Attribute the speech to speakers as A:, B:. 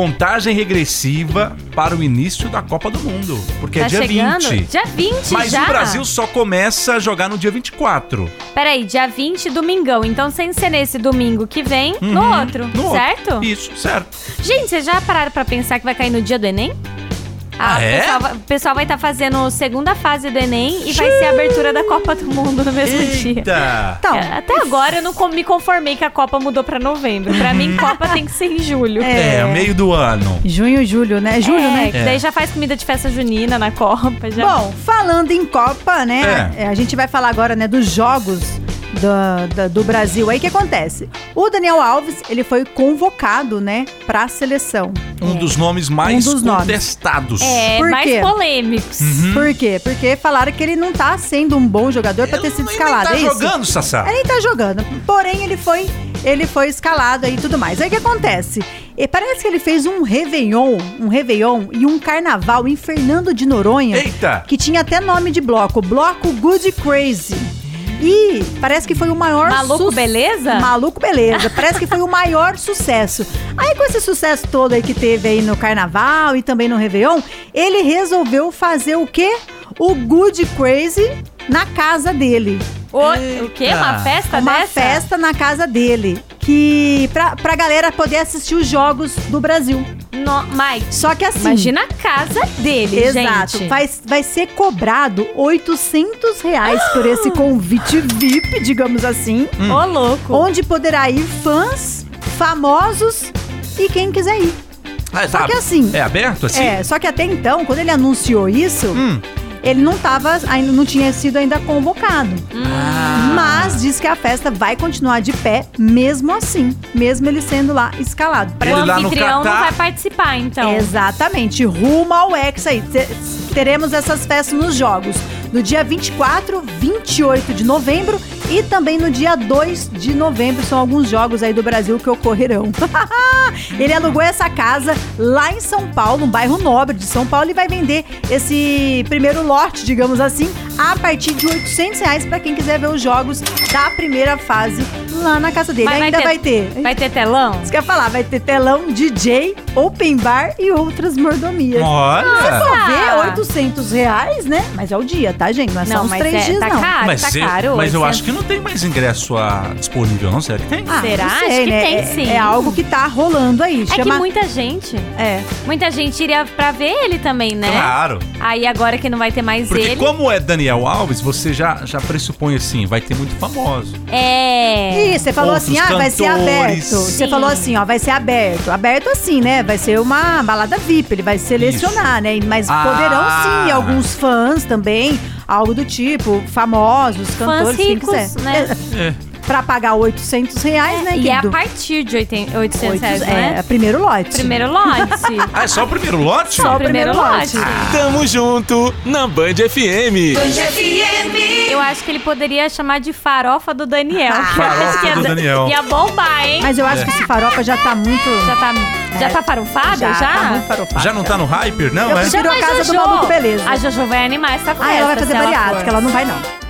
A: Contagem regressiva para o início da Copa do Mundo. Porque
B: Tá
A: é dia
C: Tá chegando?
A: 20.
C: Dia 20
A: Mas
C: já.
A: o Brasil só começa a jogar no dia 24.
C: Peraí, dia 20, domingão. Então, sem ser nesse domingo que vem, no outro,
A: Uhum. No outro.
C: certo?
A: Isso, certo.
C: Gente, vocês já pararam pra pensar que vai cair no dia do Enem?
A: Ah,
C: o
A: é?
C: pessoal vai- O pessoal vai estar fazendo segunda fase do Enem e vai ser a abertura da Copa do Mundo no mesmo dia.
A: Eita!
B: Então,
C: É, Até agora eu não com- me conformei que a Copa mudou pra novembro. Pra mim, Copa tem que ser em julho.
B: É.
A: É, meio do ano.
B: junho, julho, né? Julho,
C: É,
B: né?
C: que Daí já faz comida de festa junina na Copa. Já.
B: Bom, falando em Copa, né?
A: É.
B: é, A gente vai falar agora, né, dos jogos do, da- do Brasil. Aí o que acontece? O Daniel Alves, ele foi convocado, né, pra seleção.
A: Um dos nomes mais
B: Um dos nomes.
A: contestados.
C: é,
B: por
C: mais
B: quê?
C: polêmicos.
A: Uhum.
B: Por quê? Porque falaram que ele não tá sendo um bom jogador pra ter sido escalado.
A: Ele
B: é
A: tá
B: isso?
A: jogando, Sassá.
B: Ele tá jogando. Porém, ele foi, ele foi escalado aí e tudo mais. Aí o que acontece? E parece que ele fez um Réveillon, um Réveillon e um carnaval em Fernando de Noronha.
A: Eita!
B: Que tinha até nome de bloco, bloco Good Crazy. E parece que foi o maior
C: Maluco
B: suce-
C: Beleza?
B: Maluco Beleza. Parece que foi o maior sucesso. Aí com esse sucesso todo aí que teve aí no carnaval e também no Réveillon, ele resolveu fazer o quê? O Good Crazy na casa dele
C: O, o quê? Uma
A: Eita.
C: festa
B: uma
C: dessa?
B: festa na casa dele. Que pra, pra galera poder assistir os jogos do Brasil.
C: No, Mike,
B: Só que assim.
C: imagina a casa dele,
B: Exato.
C: gente.
B: Vai, vai ser cobrado 800 reais por esse convite VIP, digamos assim.
A: Hum.
C: Ô, louco.
B: Onde poderá ir fãs, famosos e quem quiser ir.
A: Ah,
B: Só
A: tá-
B: que assim.
A: É aberto assim?
B: É, só que até então, quando ele anunciou isso,
A: Hum.
B: ele não tava, ainda não tinha sido ainda convocado.
A: Ah.
B: Mas diz que a festa vai continuar de pé mesmo assim, mesmo ele sendo lá escalado. Pra-
A: Ele
C: o
A: lá no
C: anfitrião não
A: Catar.
C: vai participar, então.
B: Exatamente, rumo ao Hexa aí. Te- Teremos essas festas nos jogos no dia 24, 28 de novembro e também no dia 2 de novembro. São alguns jogos aí do Brasil que ocorrerão. ele alugou essa casa lá em São Paulo, um bairro nobre de São Paulo, e vai vender esse primeiro lote, digamos assim, a partir de 800 reais para quem quiser ver os jogos da primeira fase lá na casa dele.
C: Mas
B: Ainda vai ter.
C: Vai ter telão?
B: Isso que eu ia falar, vai ter telão, DJ, open bar e outras mordomias.
A: Olha!
B: Só vê
C: Ah.
B: 800 reais, né? Mas é o dia, tá, gente? Não é só
C: Não,
B: uns
C: mas
B: três
C: é,
B: dias,
C: tá
B: não.
C: caro,
A: mas
C: tá
A: cê-
C: caro.
A: mas eu
C: 800.
B: é.
A: acho que não tem mais ingresso ah, disponível, não? Será que tem?
B: Ah,
C: Será?
B: não
C: Acho
B: sei,
C: que
B: né?
C: tem,
B: É-
C: sim.
B: É algo que tá rolando aí.
C: É
B: chama...
C: que muita gente,
B: É.
C: muita gente iria pra ver ele também, né?
A: Claro.
C: Aí agora que não vai ter mais
A: Porque
C: ele,
A: como é Daniel Alves, você já, já pressupõe assim, vai ter muito famoso.
C: é...
B: Ih, você falou
A: Outros
B: assim, ah, vai ser
A: cantores.
B: aberto. Você
C: Sim.
B: falou assim, ó, vai ser aberto. Aberto assim, né? Vai ser uma balada VIP, ele vai selecionar, né? Mas
A: Ah.
B: poderão sim, alguns fãs também, algo do tipo, famosos, cantores, quem
C: ricos,
B: quiser.
C: né?
A: É.
B: Pra pagar 800 reais, né,
C: E é a
B: querido?
C: partir de 800, 800 reais,
B: Oito-
C: né?
B: É, primeiro lote.
C: Primeiro lote.
A: Ah, é só o primeiro lote?
C: Só o
B: primeiro
C: primeiro
B: lote.
C: lote.
D: Tamo junto na Band FM.
C: Eu acho que ele poderia chamar de farofa do Daniel.
A: Farofa
C: Acho que ia
A: do
C: da-
A: Daniel.
C: Ia bombar, hein?
B: Ah. Mas eu acho que esse farofa já tá muito.
C: Já tá, já
B: É.
C: tá farofado? Já?
B: tá muito farofado.
A: Já não tá no hyper, não,
B: Eu
A: é?
B: preciso- Virou a casa do
C: Jojo.
B: maluco, beleza.
C: A Jojo vai animar essa é festa.
B: Ah, ela vai fazer
C: se ela
B: bariátrica,
C: for.
B: ela não vai não.